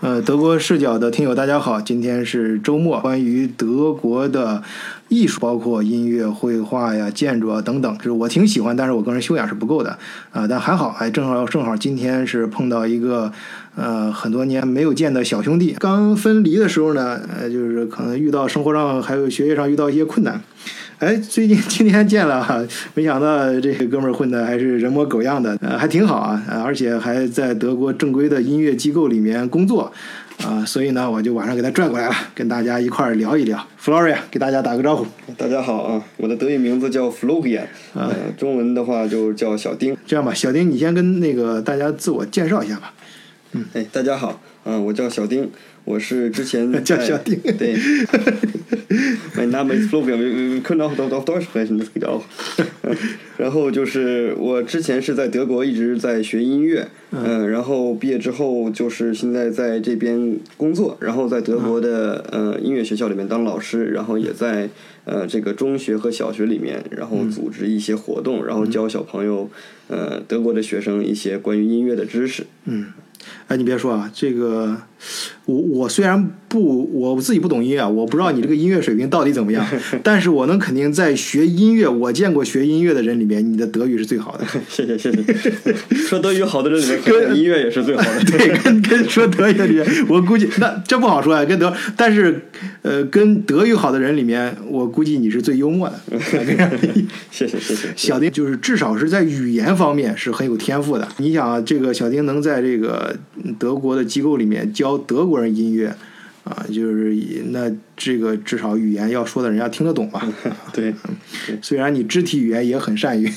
呃，德国视角的听友大家好，今天是周末，关于德国的艺术，包括音乐、绘画呀、建筑啊等等，就是我挺喜欢，但是我个人修养是不够的啊、呃但还好，哎，正好正好今天是碰到一个呃很多年没有见的小兄弟，刚分离的时候呢，呃，就是可能遇到生活上还有学业上遇到一些困难，哎，最近 今天见了哈，没想到这个哥们儿混的还是人模狗样的，呃，还挺好啊，呃而且还在德国正规的音乐机构里面工作，啊、所以呢，我就晚上给他拽过来了，跟大家一块儿聊一聊。Floria 给大家打个招呼。大家好啊，我的德语名字叫 Florian，呃，中文的话就叫小丁。这样吧，小丁，你先跟那个大家自我介绍一下吧。哎，大家好，嗯、我叫小丁，我是 之前叫在小丁 对哎，Mein Name ist Florian，wir wir können auch auf auf Deutsch sprechen, das geht auch 嗯。然后就是我之前是在德国一直在学音乐，嗯、然后毕业之后就是现在在这边工作，然后在德国的、嗯呃音乐学校里面当老师，然后也在呃这个中学和小学里面，然后嗯组织一些活动，然后教小朋友呃德国的学生一些关于音乐的知识。嗯，哎，你别说啊，这个我我虽然不我自己不懂音乐啊，我不知道你这个音乐水平到底怎么样，但是我能肯定，在学音乐我见过学音乐的人里面，你的德语是最好的。谢谢谢谢，说德语好的人里面，可能音乐也是最好的。 对，跟跟说德语的里面，我估计那这不好说呀、跟德，但是呃，跟德语好的人里面，我估计你是最幽默的。谢谢谢谢。小丁就是至少是在语言方面是很有天赋的。你想啊，这个小丁能在这个嗯德国的机构里面教德国人音乐，啊，就是以那这个至少语言要说的人家听得懂吧？对虽然你肢体语言也很善于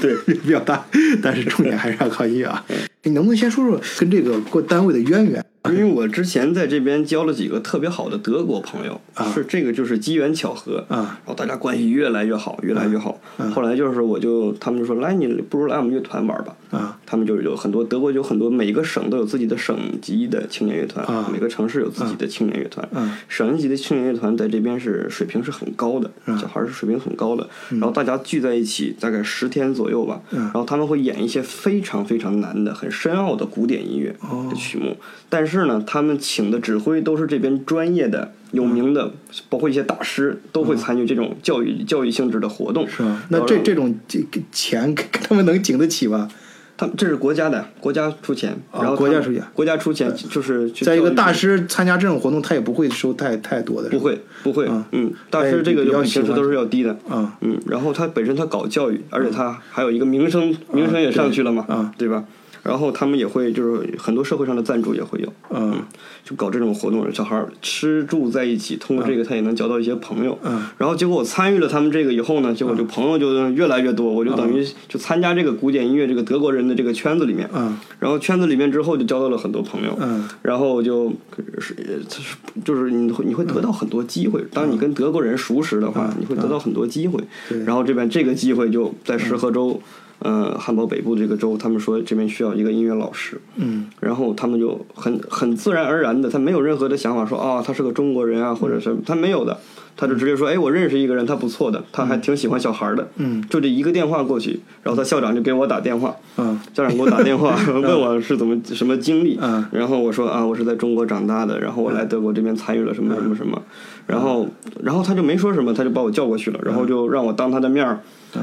对，表达，但是重点还是要靠音乐啊。你能不能先说说跟这个各单位的渊源？因为我之前在这边交了几个特别好的德国朋友，是这个就是机缘巧合啊，然后大家关系越来越好，越来越好。后来就是我就他们就说来，你不如来我们乐团玩吧。啊，他们就是有很多德国有很多每个省都有自己的省级的青年乐团，啊每个城市有自己的青年乐团。啊省级的青年乐团在这边是水平是很高的，啊小孩儿是水平很高的。嗯然后大家聚在一起大概十天左右吧，然后他们会演一些非常非常难的、很深奥的古典音乐哦的曲目。但是呢，他们请的指挥都是这边专业的。有名嗯的，包括一些大师都会参与这种教育、教育性质的活动。是啊吧？那这这种这个钱，他们能请得起吗？他们这是国家的，国家出钱，然后他啊国家们出钱呃国家出钱就是去在一个教育大师参加这种活动，他也不会收太太多的，不会不会啊，嗯，大哎师这个比较就喜平时欢都是要低的，啊嗯，然后他本身他搞教育，而且他还有一个名声，名声也上去了嘛，啊对吧？然后他们也会就是很多社会上的赞助也会有，嗯就搞这种活动，小孩儿吃住在一起，通过啊这个他也能交到一些朋友。嗯然后结果我参与了他们这个以后呢，啊结果就朋友就越来越多，我就等于就参加这个古典音乐这个德国人的这个圈子里面，嗯然后圈子里面之后就交到了很多朋友，嗯然后就就是呃就是你会你会得到很多机嗯会。当你跟德国人熟识的话，你会得到很多机会。对然后这边这个机会就在石河州，呃，汉堡北部这个州，他们说这边需要一个音乐老师。嗯然后他们就很很自然而然的，他没有任何的想法说啊、他是个中国嗯人啊，或者是他没有的，他就直接说，哎，我认识一个人，他不错的，他还挺喜欢小孩儿的，嗯就这一个电话过去，然后他校长就给我打电话，嗯校长给我打 电话问我是怎么什么经历嗯，然后我说啊，我是在中国长大的，然后我来德国这边参与了什嗯么什么什么，然后然后他就没说什么，他就把我叫过去了，然嗯后就让我当他的面儿。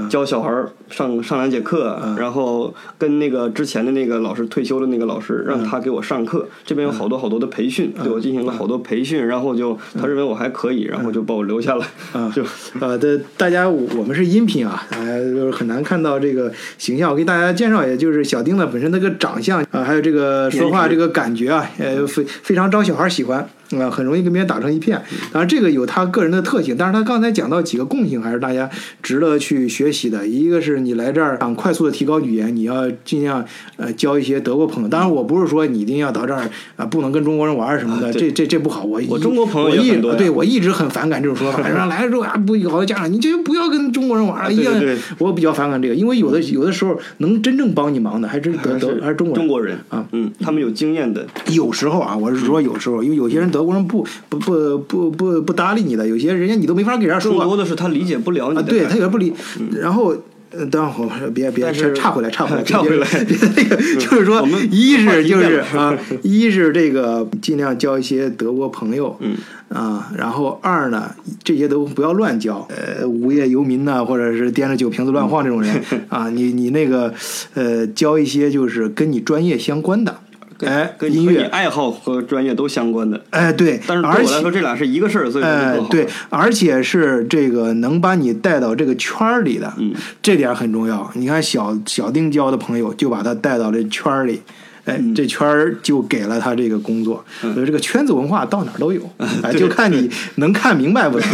教小孩儿上上两节课，嗯然后跟那个之前的那个老师退休的那个老师，嗯让他给我上课。这边有好多好多的培训，对我进行了好多培嗯训，然后就他认为我还可以，然后就把我留下来。啊 就呃，的大家我们是音频啊，大家就是很难看到这个形象。我给大家介绍一下，就是小丁呢本身那个长相啊、还有这个说话这个感觉啊，呃，非非常招小孩喜欢。啊、很容易跟别人打成一片。当然，这个有他个人的特性，但是他刚才讲到几个共性，还是大家值得去学习的。一个是你来这儿想快速的提高语言，你要尽量呃交一些德国朋友。当然，我不是说你一定要到这儿啊、不能跟中国人玩儿什么的，啊对这这这不好。我我中国朋友我也一很多呀对我一直很反感这种 说法，然后来了之后啊，不好多家长，你这不要跟中国人玩啊儿，对一定对对我比较反感这个，因为有的有的时候能真正帮你忙的，还真德德还是中国人。中国人啊，嗯，他们有经验的，有时候啊，我是说有时候，因为有些人德国人不不不不不不搭理你的，有些人家你都没法给人家更说。多的是他理解不了你啊，的对感他受。有点不理，然后呃，等会儿别别嗯但是岔回来，岔回来， 岔回来嗯别别那个就是说我们，一话是题就变是了 啊，一是这个尽量交一些德国朋友，嗯啊，然后二呢，这些都不要乱交，呃，无业游民呐、或者是掂着酒瓶子乱晃这种 人啊，你你那个呃，交一些就是跟你专业相关的，跟哎，跟音你和你乐，爱好和专业都相关的。哎，对，但是对而我来且说，这俩是一个事儿，所以说就哎更，好。对，，而且是这个能把你带到这个圈儿里的，嗯这点儿很重要。你看小小丁交的朋友，就把他带到这圈儿里。哎，嗯这圈儿就给了他这个工作，所以这个圈子文化到哪儿都有，嗯哎，就看你能看明白不能。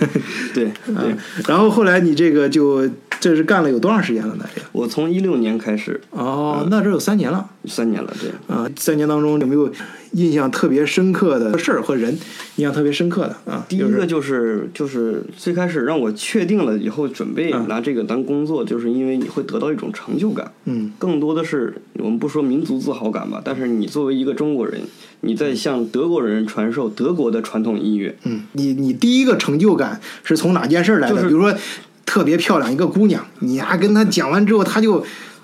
对对 嗯，然后后来你这个就这是干了有多长时间了呢？这个我从一六年开始，哦，那这有三年了三年了，对。啊！三年当中有没有印象特别深刻的事儿和人？印象特别深刻的啊，第一就是个就是就是最开始让我确定了以后，准备拿这个当工作，就是因为你会得到一种成就感。嗯，更多的是我们不说民族自豪感吧，但是你作为一个中国人，你在向德国人传授德国的传统音乐。嗯，你你第一个成就感是从哪件事儿来的？就是比如说，特别漂亮一个姑娘，你呀、跟她讲完之后，她就，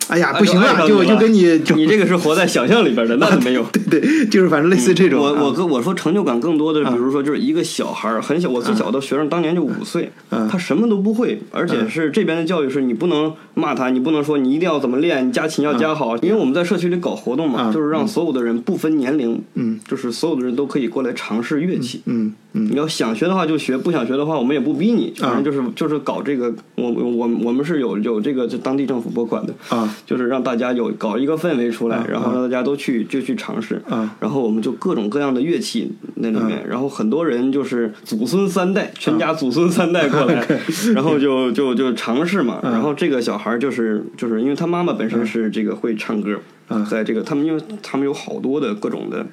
哎呀，不行哎了，就就爱上就跟你，就你这个是活在想象里边的， 那没有。对对，就是反正类似这种、嗯我我啊跟我说成就感更多的，比如说就是一个小孩儿，很小，我最啊小的学生当年就五岁，嗯他什么都不会，而啊且是这边的教育是你不能骂他，你不能说你一定要怎么练，你加琴要加好，因为我们在社区里搞活动嘛，啊嗯就是让所有的人不分年龄，嗯，就是所有的人都可以过来尝试乐器。嗯嗯你要想学的话就学，不想学的话我们也不逼你，啊反正就是就是搞这个，我我我我们是有有这个就当地政府拨款的，啊就是让大家有搞一个氛围出来，嗯然后让大家都去就去尝试，啊然后我们就各种各样的乐器那里嗯面，然后很多人就是祖孙三代，全家祖孙三代过嗯来， 然后就就就尝试嘛，然后这个小孩儿就是就是因为他妈妈本身嗯是这个会唱歌，在这个他们因为他们有好多的各种的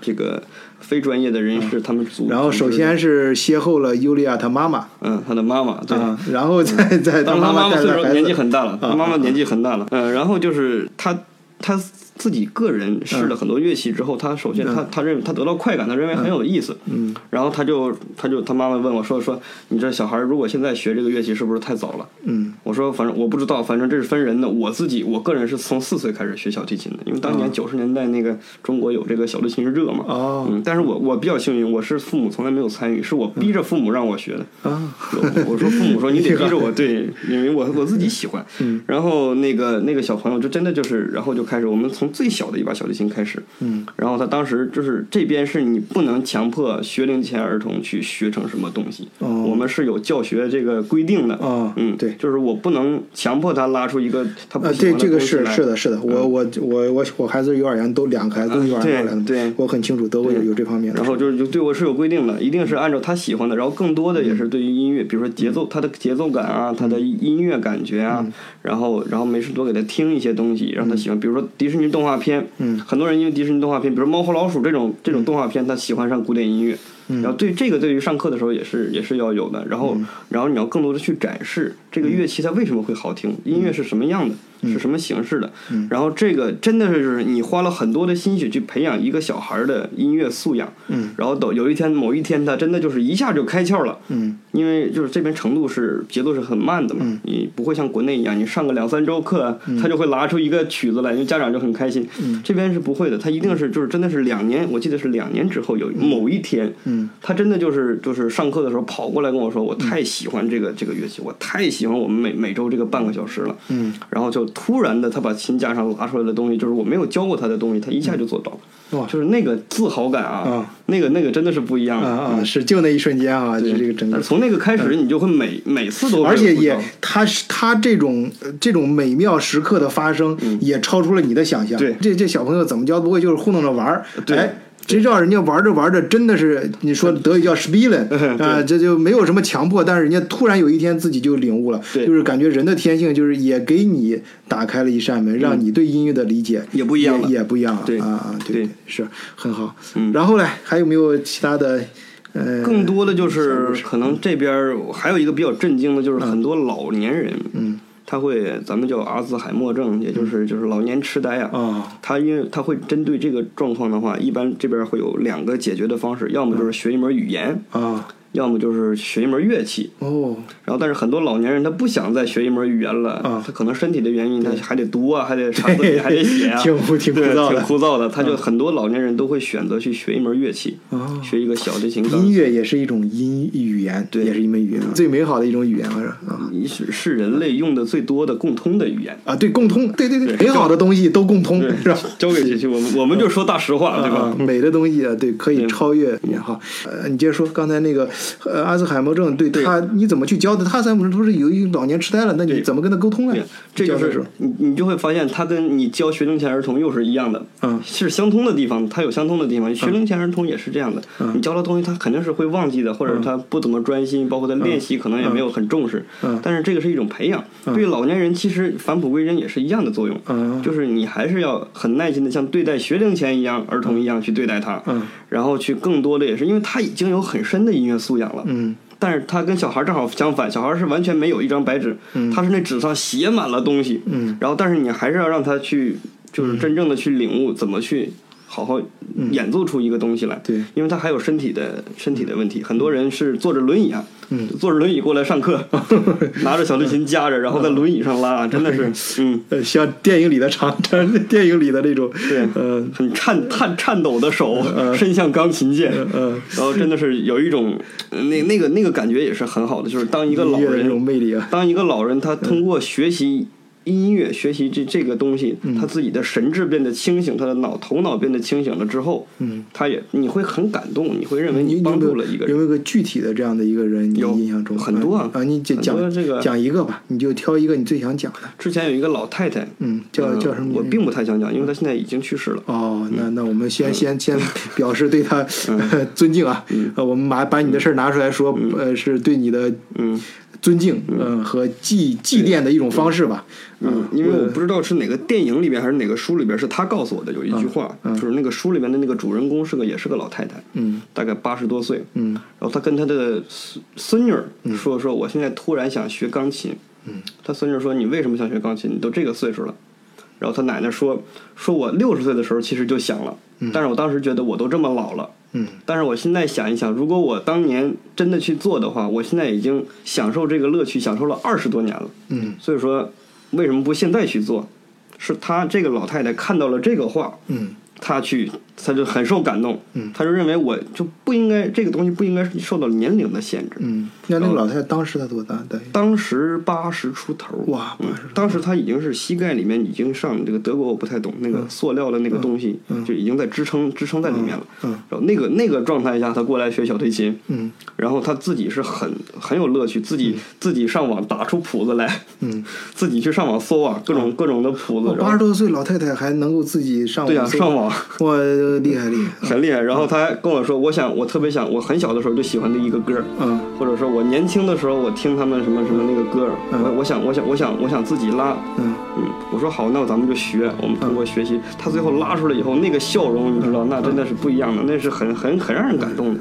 这个非专业的人士，他们组嗯然后首组织的先是邂逅了尤利亚她妈妈嗯他的妈妈对。啊，然后再再她当时他妈妈妈带岁着数孩年纪子，啊很大了，他妈妈年纪很大了，嗯，然后就是他他自己个人试嗯了很多乐器之后，他首先他他认为他得到快感，他认为很有意思，嗯，然后他就他就他妈妈问我说说你这小孩如果现在学这个乐器是不是太早了？嗯我说反正我不知道，反正这是分人的，我自己我个人是从四岁开始学小提琴的，因为当年九十年代那个中国有这个小提琴热嘛，哦嗯，但是我我比较幸运，我是父母从来没有参与，是我逼着父母让我学的，啊我我说父母说你得逼着我，对，因为我我自己喜欢。嗯然后那个那个小朋友就真的就是，然后就开始我们从最小的一把小提琴开始。嗯，然后他当时就是这边是你不能强迫学龄前儿童去学成什么东西，哦我们是有教学这个规定的。哦嗯，对就是我不能强迫他拉出一个他不啊，喜对欢这的个东西是来。嗯是的，是的，我我我我我孩子幼儿园都两个孩子都幼儿园过来的嘛，啊对对我很清楚德国有对有这方面的然事后儿，就是就对我是有规定的，一定是按照他喜欢的，然后更多的也是对于音乐，比如说节奏，他的节奏感啊，他的音乐感觉嗯啊，然后然后没事多给他听一些东西，让他喜欢，比如说迪士尼动画片，嗯很多人因为迪士尼动画片，比如《猫和老鼠》这种这种动画片，他喜欢上古典音乐。嗯然后对这个，对于上课的时候也是也是要有的。然后，然后你要更多的去展示这个乐器它为什么会好听，音乐是什么样的，嗯是什么形式的。然后这个真的是就是你花了很多的心血去培养一个小孩儿的音乐素养。嗯，然后等有一天某一天他真的就是一下就开窍了。嗯因为就是这边程度是节奏是很慢的嘛，你不会像国内一样，你上个两三周课，嗯他就会拿出一个曲子来，因为家长就很开心。这边是不会的，他一嗯定是就是真的是两年，我记得是两年之后有某一天，嗯他真的就是就是上课的时候跑过来跟我说，我太喜欢这个这个乐器，我太喜欢我们每每周这个半个小时了。嗯，然后就突然的他把琴架上拿出来的东西，就是我没有教过他的东西，他一下就做到了，嗯哇就是那个自豪感啊，啊那个那个真的是不一样啊的嗯啊，是就那一瞬间啊，就是这个整个但从那个开始，你就会每、每次都会而且有不也同，它是它这种呃这种美妙时刻的发生，也超出了你的想象。嗯对这这小朋友怎么教都不会，就是糊弄着玩儿。对哎谁知道人家玩着玩着，真的是你说德语叫 spielen 啊、这就没有什么强迫，但是人家突然有一天自己就领悟了，对就是感觉人的天性就是也给你打开了一扇门，让你对音乐的理解嗯也不一样了也也不一样了，对啊啊，对对，嗯是很好。然后嘞，还有没有其他的？呃，更多的嗯就是可能这边儿还有一个比较震惊的，就是很多老年人，嗯，他会咱们叫阿兹海默症，也就是就是老年痴呆啊。嗯哦他因为他会针对这个状况的话，一般这边儿会有两个解决的方式，要么就是学一门语言，啊要么就是学一门乐器。哦，然后，但是很多老年人他不想再学一门语言了，啊他可能身体的原因，他还得读啊，还得查字典，还得写 啊，挺枯挺枯对燥挺的枯燥的。他就很多老年人都会选择去学一门乐器，哦学一个小提琴、钢音琴。乐也是一种音语言，对也是一门语言，最美好的一种语言了是吧啊。你是是人类用的最多的共通的语言，啊，对，共通，对对对，对美好的东西都共通， 是吧？交给琪琪，我们我们就说大实话，对啊吧？，美的东西啊，对，可以超越也好。呃，你接着说，刚才那个呃，阿兹海默症，对他你怎么去教的？他三不是不是有一老年痴呆了，那你对怎么跟他沟通呢对？ 这就教的时是候你，你就会发现，它跟你教学龄前儿童又是一样的，嗯是相通的地方，它有相通的地方。学龄前儿童也是这样的，嗯你教的东西他肯定是会忘记的，或者他不怎么专心，包括他练习可能也没有很重视。嗯但是这个是一种培养，对老年人其实返璞归真也是一样的作用，嗯就是你还是要很耐心的像对待学龄前一样儿童一样去对待他，嗯然后去更多的也是因为他已经有很深的音乐素养了，嗯但是他跟小孩正好相反，小孩是完全没有一张白纸，他是那纸上写满了东西，嗯然后但是你还是要让他去，就是真正的去领悟怎么去好好演奏出一个东西来，嗯对因为他还有身体的身体的问题，很多人是坐着轮椅啊，嗯坐着轮椅过来 上课，拿着小提琴夹着，然后在轮椅上拉，真的 是，嗯。呃，像电影里的长， 电影里的那种，对，嗯很 颤颤颤抖的手伸向钢琴键，嗯然后真的是有一种呃那那个那个感觉也是很好的，就是当一个音老乐的这人种魅力啊，当一个老人，他通过学习音乐、学习这这个东西，嗯他自己的神智变得清醒，他的脑头脑变得清醒了之后，嗯，他也你会很感动，你会认为你你有帮没有助了一个有人。没有个具体的这样的一个人？你有印象中很多啊啊，你讲很多讲这个讲一个吧，你就挑一个你最想讲的，之前有一个老太太，嗯，叫呃叫什么名字？我嗯并不太想讲，因为她现在已经去世了。哦，那那我们先先 先表示对他嗯 尊敬啊，呃，我们把把你的事儿拿出来说，呃，是对你的嗯尊敬，嗯，和祭祭奠的一种方式吧，啊嗯，因为我不知道是哪个电影里边还是哪个书里边，是他告诉我的有一句话，就是那个书里面的那个主人公是个也是个老太太，嗯大概八十多岁，嗯然后他跟他的孙孙女儿说：“说我现在突然想学钢琴。”嗯，他孙女儿说：“你为什么想学钢琴？你都这个岁数了。”然后他奶奶说：“说我六十岁的时候其实就想了，但是我当时觉得我都这么老了，嗯但是我现在想一想，如果我当年真的去做的话，我现在已经享受这个乐趣，享受了二十多年了。嗯所以说，为什么不现在去做？是他这个老太太看到了这个话，嗯他去，他就很受感动，他就认为我就不应该这个东西不应该是受到年龄的限制。嗯，那那个老太太当时她多大？大概哦当时八十出头，哇嗯80出头当时他已经是膝盖里面已经上这个德国我不太懂那嗯个塑料的那个东西，就已经在支撑支撑在里面了。嗯然后那个那个状态下，他过来学小提琴，嗯然后他自己是很很有乐趣，自己、自己上网打出谱子来，嗯， 自己去上网搜啊，各种、各种的谱子，然八后十多岁老太太还能够自己上对呀、啊网搜，嗯上网。 哇，厉害厉害，很厉害。然后他还跟我说，我想我特别想，我很小的时候就喜欢的一个歌，嗯或者说我年轻的时候我听他们什么什么那个歌，嗯我我想我想我想我想自己拉。嗯嗯，我说好，那咱们就学，我们通过学习，他最后拉出来以后那个笑容，你知嗯道，那真的是不一样的，那是很很很让人感动的。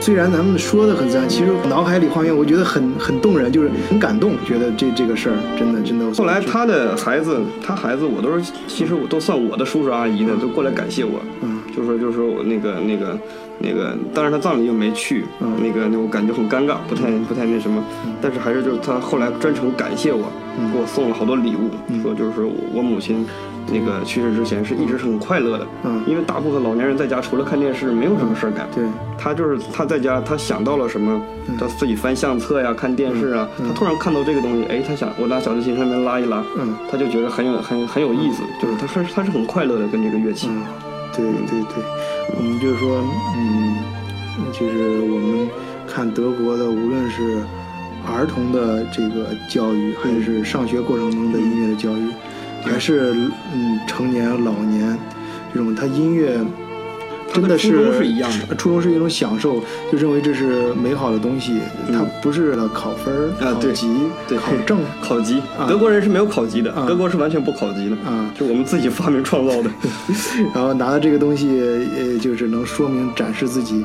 虽然咱们说的很自然，其实脑海里画面我觉得很很动人，就是很感动，觉得这这个事儿真的真的。后来他的孩子，他孩子我都是，其实我都算我的叔叔阿姨的，都过来感谢我，嗯就说就说我那个那个那个，当然他葬礼又没去，嗯那个那我感觉很尴尬，不太不太那什么，但是还是就是他后来专程感谢我，嗯给我送了好多礼物，说就是我我母亲。那个去世之前是一直是很快乐的，嗯因为大部分老年人在家除了看电视没有什么事儿干，对，他就是他在家，他想到了什么，嗯他自己翻相册呀、看电视啊，他突然看到这个东西，哎，他想我拿小提琴上面拉一拉，嗯他就觉得很有很很有意思，就是他是他是很快乐的跟这个乐器，嗯，对对对，我们就是说，嗯，就是我们看德国的，无论是儿童的这个教育，还是上学过程中的音乐的教育，嗯还是嗯成年、老年这种，他音乐。真的初衷是一样的初衷是一种享受，就认为这是美好的东西，它不是为了考分儿、嗯啊考对级、对考证。考级啊，德国人是没有考级的啊，德国是完全不考级的啊，就我们自己发明 创造的。然后拿到这个东西，呃，就是能说明展示自己，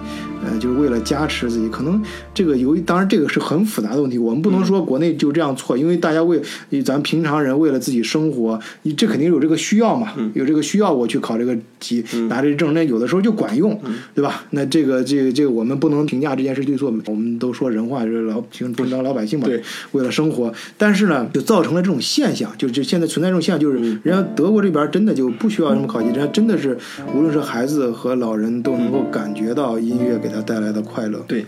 呃，就是为了加持自己。可能这个由于，当然这个是很复杂的问题，我们不能说国内就这样错，因为大家为咱平常人为了自己生活，你这肯定有这个需要嘛，有这个需要我去考这个级，拿这证，那有的时候就管用，对吧？那这个这个这个我们不能评价这件事对错，我们都说人话，就是老平平常老百姓嘛，对为了生活，但是呢，就造成了这种现象，就就现在存在这种现象，就是人家德国这边真的就不需要什么考级，人家真的是无论是孩子和老人都能够感觉到音乐给他带来的快乐。对，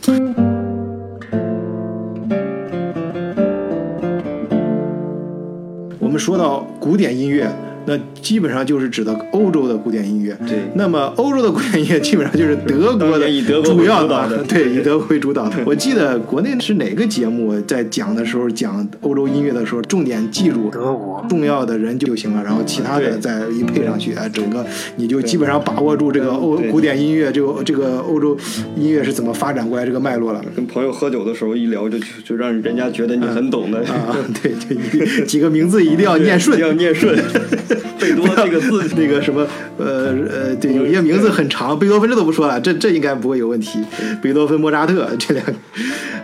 我们说到古典音乐，那基本上就是指的欧洲的古典音乐。对那么欧洲的古典音乐基本上就是德国当的年以德国为主要主导的对，以德国为主导的。我记得国内是哪个节目在讲的时候讲欧洲音乐的时候，重点记住德国重要的人就行了，然后其他的对再一配上去，哎，整个你就基本上把握住这个欧对古典音乐这个这个欧洲音乐是怎么发展过来这个脉络了。跟朋友喝酒的时候一聊，就就就让人家觉得你很懂的， 啊， 对，就一几个名字一定要念顺，要 念顺，贝多这个字那个什么，呃呃，对，有些名字很长，贝多芬这都不说了，这这应该不会有问题。 贝多芬、莫扎特这两个，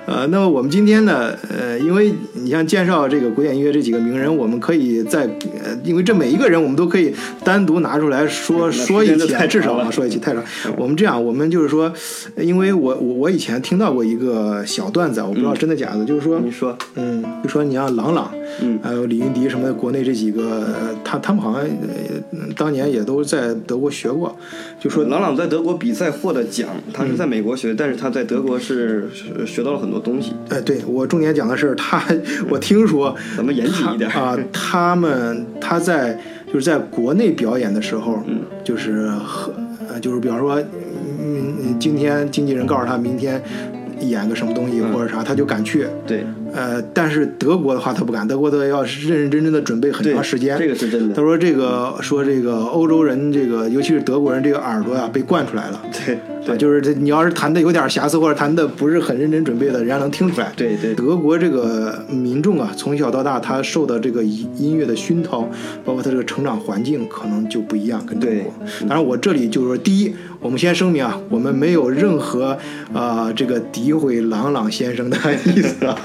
呃，那么我们今天呢，呃，因为你像介绍这个古典音乐这几个名人，我们可以在，呃，因为这每一个人我们都可以单独拿出来说那时说一间就期啊，太至长少啊了说一期太长。我们这样，我们就是说，因为我我我以前听到过一个小段子啊，我不知道真的假的，就是说，你嗯说嗯，就说你像郎朗，嗯还有李云迪什么的，国内这几个，呃他他们好像呃当年也都在德国学过，就说朗朗在德国比赛获的奖，他是在美国学，但是他在德国是是学到了很多东西。哎，对我重点讲的是他，我听说嗯咱们严谨一点他啊、他们他在就是在国内表演的时候，嗯就是和呃就是比方说，嗯，嗯今天经纪人告诉他明天演个什么东西嗯或者啥，他就敢去。对，呃，但是德国的话他不敢，德国的要是认认真真的准备很对长时间。这个是真的他说这个说这个欧洲人这个尤其是德国人这个耳朵呀、被惯出来 了。对啊，对，就是这你要是弹的有点瑕疵，或者弹的不是很认真准备的，人家能听出来。对对德国这个民众啊，从小到大他受的这个音音乐的熏陶，包括他这个成长环境，可能就不一样，跟中对国。当然，我这里就是说，第一，我们先声明啊，我们没有任何呃这个诋毁郎朗先生的意思 啊。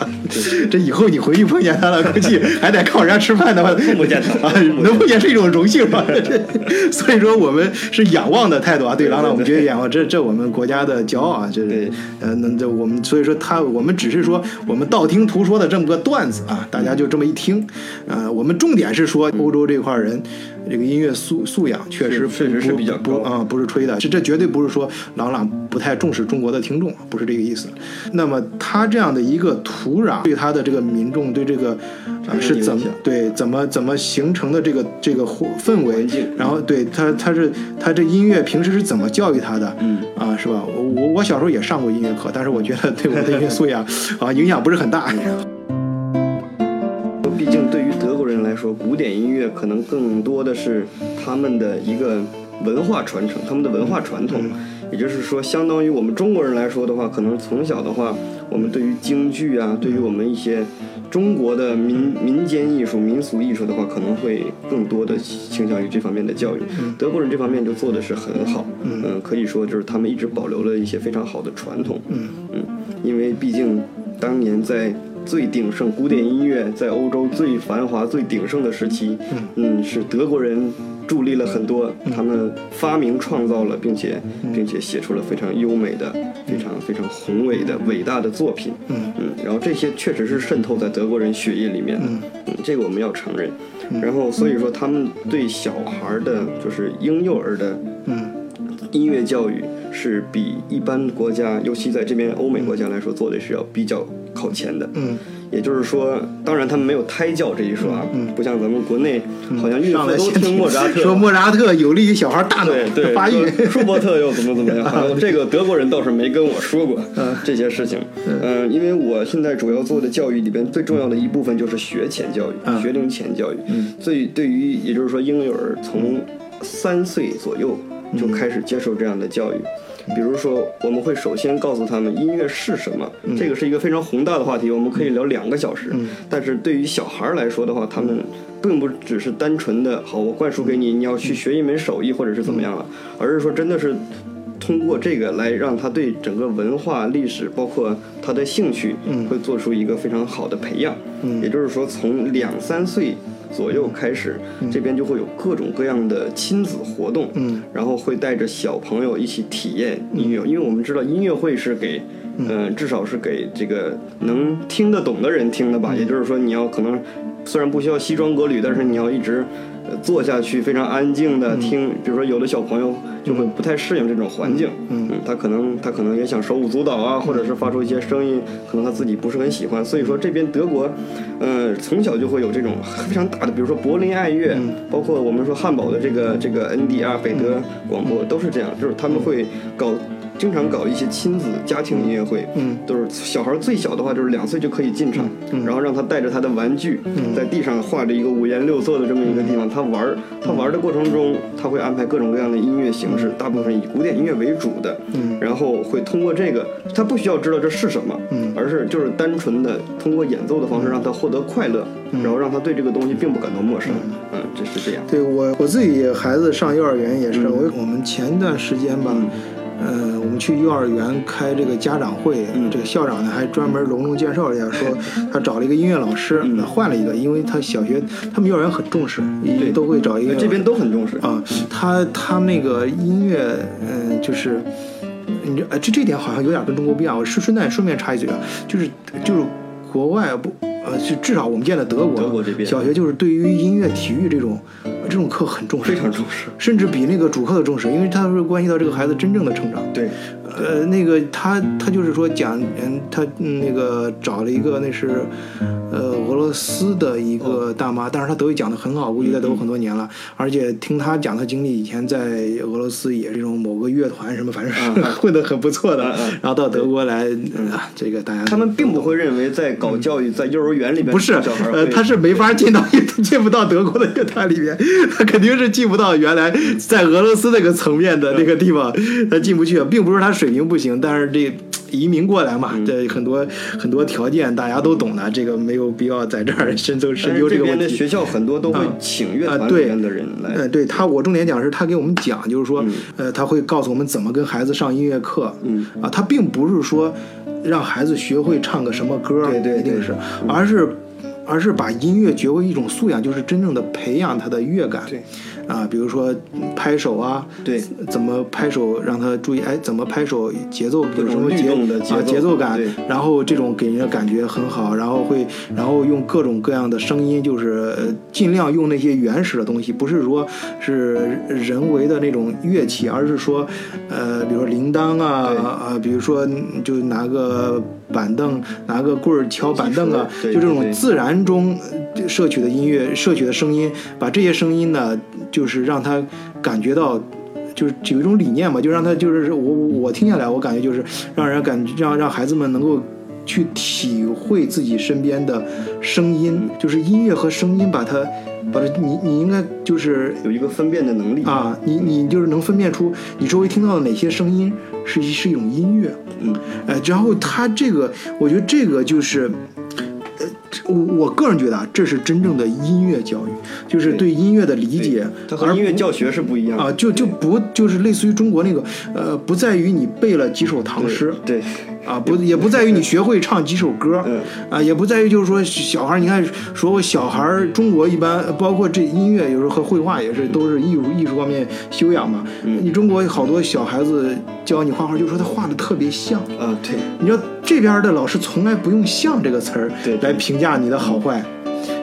这以后你回去碰见他了，估计还得靠人家吃饭的话，碰不见他啊， 能碰见是一种荣幸吧。这所以说，我们是仰望的态度啊，对郎朗，我们绝对仰望，这这我们国家的骄傲啊，这是对呃，那这我们所以说他我们只是说我们道听途说的这么个段子啊，大家就这么一听，呃，我们重点是说欧洲这块儿人。这个音乐素素养确实是确实是不比较不高啊、不是吹的，这这绝对不是说朗朗不太重视中国的听众，啊不是这个意思。那么他这样的一个土壤，对他的这个民众，对这个呃产生是怎影么响对怎么怎么形成的这个这个环氛围环境，然后对他他是他这音乐平时是怎么教育他的，嗯啊，是吧？我我我小时候也上过音乐课，但是我觉得对我的音乐素 养啊影响不是很大。毕竟对于德国人来说，古典音乐可能更多的是他们的一个文化传承，他们的文化传统。也就是说，相当于我们中国人来说的话，可能从小的话，我们对于京剧啊，对于我们一些中国的民民间艺术、民俗艺术的话，可能会更多的倾向于这方面的教育。德国人这方面就做的是很好，嗯、可以说就是他们一直保留了一些非常好的传统。嗯嗯，因为毕竟当年在最鼎盛古典音乐在欧洲最繁华、最鼎盛的时期，嗯，是德国人助力了很多，他们发明创造了，并且并且写出了非常优美的、非常非常宏伟的、伟大的作品。嗯嗯，然后这些确实是渗透在德国人血液里面的，嗯这个我们要承认。然后所以说，他们对小孩儿的，就是婴幼儿的嗯音乐教育是比一般国家，尤其在这边欧美国家来说，做的是要比较靠前的。嗯，也就是说，当然他们没有胎教这一说啊，嗯不像咱们国内好像孕上妇来都先听莫扎特， 说莫扎特有利于小孩大脑对对发 育。说舒伯特又怎么怎么样，好像这个德国人倒是没跟我说过嗯这些事情。嗯，因为我现在主要做的教育里边最重要的一部分就是学前教嗯育、学龄前教育，所以对于也就是说婴幼儿从三岁左右嗯就开始接受这样的教育。比如说，我们会首先告诉他们音乐是什么，嗯这个是一个非常宏大的话题，我们可以聊两个小时。但是对于小孩儿来说的话，他们并不只是单纯的“好，我灌输给你，你要去学一门手艺或者是怎么样了”，而是说真的是通过这个来让他对整个文化、历史，包括他的兴趣，会做出一个非常好的培养。嗯也就是说，从两三岁左右开始，这边就会有各种各样的亲子活动，嗯然后会带着小朋友一起体验音乐，因为我们知道音乐会是给，呃，至少是给这个能听得懂的人听的吧，也就是说你要可能虽然不需要西装革履，但是你要一直。呃坐下去非常安静的听，比如说有的小朋友就会不太适应这种环境，嗯，他可能他可能也想手舞足蹈啊，或者是发出一些声音，可能他自己不是很喜欢，所以说这边德国，呃，从小就会有这种非常大的，比如说柏林爱乐，包括我们说汉堡的这个这个 NDR 北德广播都是这样，就是他们会搞。经常搞一些亲子家庭音乐会，嗯，都是小孩最小的话就是两岁就可以进场，然后让他带着他的玩具，嗯在地上画着一个五颜六色的这么一个地方，他玩儿，嗯他玩儿的过程中，他会安排各种各样的音乐形式，大部分以古典音乐为主的，嗯然后会通过这个，他不需要知道这是什么，嗯而是就是单纯的通过演奏的方式让他获得快乐，嗯然后让他对这个东西并不感到陌生，嗯，这是这样，对我我自己孩子上幼儿园也是，嗯我我们前段时间吧，呃，我们去幼儿园开这个家长会，嗯这个校长呢还专门隆重介绍了一下，说他找了一个音乐老师，嗯换了一个，因为他小学他们幼儿园很重视，对都会找一个这边都很重视，啊，他他那个音乐，嗯、就是。你这呃这这点好像有点跟中国不一样。我顺顺带顺便插一嘴啊，就是就是国外不呃，就至少我们见的德国，德国这边小学就是对于音乐、体育这种呃这种课很重视，非常重视，甚至比那个主课的重视，因为它会关系到这个孩子真正的成长。对，呃，那个他他就是说讲，嗯，他嗯那个找了一个那是，呃，俄罗斯的一个大妈，但是她德语讲的很好，估计在德国很多年了，而且听她讲她经历，以前在俄罗斯也是一种某个乐团什么，反正是混得很不错的，然后到德国来，呃这个大家他们并不会认为在搞教育，在幼儿园里边不是小孩，呃，会他是没法进到进不到德国的乐坛里面，他肯定是进不到原来在俄罗斯那个层面的那个地方，他进不去，并不是他水平不行，但是这。移民过来嘛，嗯这很多很多条件大家都懂的，这个没有必要在这儿深究但深是究这这个边问的题。学校很多都会请乐啊团对里面的人来，呃，对他，我重点讲是他给我们讲，就是说，呃，他会告诉我们怎么跟孩子上音乐课，嗯啊，他并不是说让孩子学会唱个什么歌儿，对对一定对嗯是，而是而是把音乐学为一种素养，就是真正的培养他的乐感，对，啊，比如说拍手啊，对，怎么拍手让他注意，哎，怎么拍手节奏有什么律节动的节啊奏节奏感对，然后这种给人的感觉很好，然后会，然后用各种各样的声音，就是呃尽量用那些原始的东西，不是说是人为的那种乐器，而是说，呃，比如说铃铛对啊，啊，比如说嗯就拿个板凳，拿个棍儿敲板凳啊，对就这种对自然中呃摄取的音乐、摄取的声音，把这些声音呢，就是让他感觉到。就是有一种理念嘛，就让他就是我我我听下来，我感觉就是让人感觉让让孩子们能够去体会自己身边的声音，就是音乐和声音把它把它你你应该就是有一个分辨的能力，啊，你你就是能分辨出你周围听到的哪些声音是一是一种音乐，嗯，哎，然后他这个，我觉得这个就是，呃，我我个人觉得啊，这是真正的音乐教育，就是对对音乐的理解，它和而音乐教学是不一样的啊，就就不就是类似于中国那个，呃，不在于你背了几首唐诗，对，啊，不也不在于你学会唱几首歌，嗯啊，也不在于就是说小孩儿，你看说我小孩儿，中国一般呃包括这音乐，有时候和绘画也是都是艺术艺术方面修养嘛。你中国好多小孩子教你画画，就说他画的特别像。啊对，你知道这边的老师从来不用“像”这个词儿对对来评价你的好坏，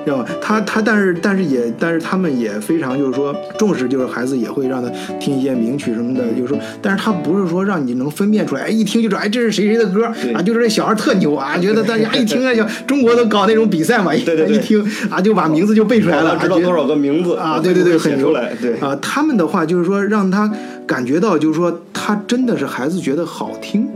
知道吧？他他但是但是也但是他们也非常就是说重视，就是孩子也会让他听一些名曲什么的，就是说，但是他不是说让你能分辨出来，哎，一听就知道，哎，这是谁谁的歌对啊，就是这小孩特牛啊，觉得大家一听啊，就中国都搞那种比赛嘛，一对对对一听啊就把名字就背出来了，我知道啊觉得多少个名字啊，我对对都对，会很写牛出来对啊，他们的话就是说让他感觉到就是说他真的是孩子觉得好听，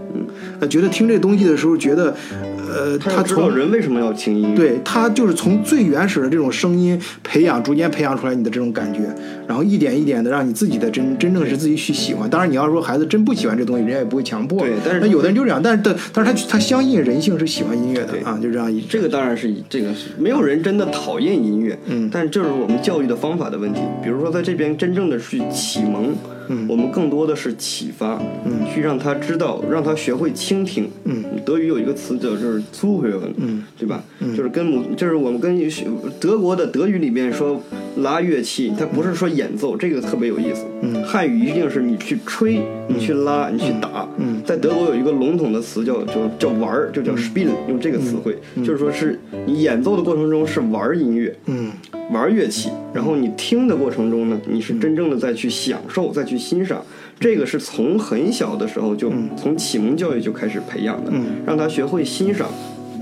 呃，觉得听这东西的时候觉得，呃，嗯他要他知道从人为什么要听音乐，对他就是从最原始的这种声音培养，逐渐培养出来你的这种感觉，然后一点一点的让你自己的真真正是自己去喜欢。当然，你要说孩子真不喜欢这东西，人家也不会强迫。对但是那有的人就这样，但是但但是他他相信人性是喜欢音乐的对啊，就这样一这个当然是这个是没有人真的讨厌音乐，嗯但这是我们教育的方法的问题。比如说在这边真正的去启蒙，嗯我们更多的是启发，嗯去让他知道，让他学会倾听，嗯，德语有一个词叫就是 zuhören，嗯，对吧？就是跟母，就是我们跟学德国的德语里面说拉乐器，它不是说演奏，这个特别有意思，嗯汉语一定是你去吹，你去拉，你去打，嗯在德国有一个笼统的词叫叫叫玩儿，就叫 spiel，、用这个词汇，就是说是你演奏的过程中是玩儿音乐，嗯玩儿乐器，然后你听的过程中呢，你是真正的在去享受，再去欣赏。这个是从很小的时候就、从启蒙教育就开始培养的，嗯让他学会欣赏，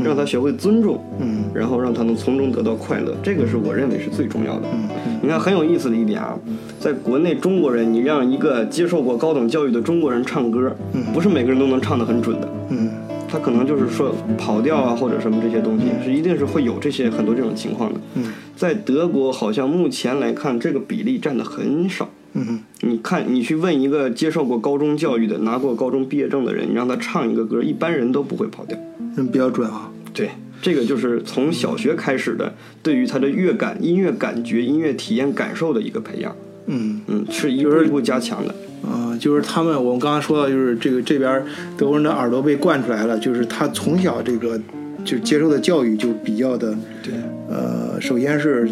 让他学会尊重，嗯然后让他能从中得到快乐，这个是我认为是最重要的。嗯你看很有意思的一点啊，在国内中国人，你让一个接受过高等教育的中国人唱歌，不是每个人都能唱得很准的，嗯他可能就是说跑调啊或者什么这些东西，是一定是会有这些很多这种情况的。嗯在德国好像目前来看，这个比例占的很少。嗯你看，你去问一个接受过高中教育的、拿过高中毕业证的人，你让他唱一个歌，一般人都不会跑调。嗯，比较准啊。对，这个就是从小学开始的，对于他的乐感、音乐感觉、音乐体验感受的一个培养，嗯。嗯，是一步一步加强的。啊，就是他们，我们刚刚说到，就是这个这边德国人的耳朵被惯出来了，就是他从小这个就接受的教育就比较的，对，呃，首先是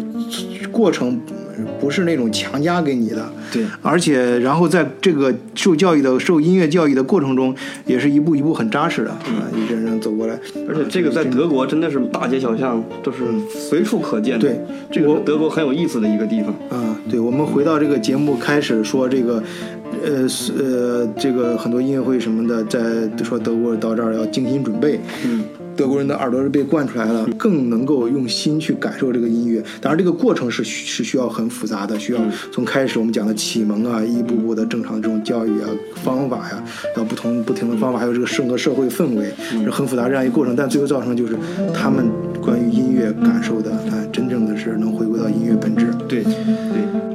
过程不是那种强加给你的，对，而且然后在这个受教育的受音乐教育的过程中，也是一步一步很扎实的啊，一阵阵走过来。嗯而且这个在德嗯国真的是嗯大街小巷都是随处可见的。对这个我是德国很有意思的一个地方。啊，对，我们回到这个节目开始说这个，呃是呃，这个很多音乐会什么的，在说德国到这儿要精心准备，嗯，德国人的耳朵是被惯出来了，更能够用心去感受这个音乐。当然，这个过程是需是需要很复杂的，需要从开始我们讲的启蒙啊，一步步的正常的这种教育啊方法呀、然后不同不停的方法，还有这个整个社会氛围是很复杂这样一个过程，但最后造成就是他啊们关于音乐感受的，哎，真正的是能回归到音乐本质。对，对。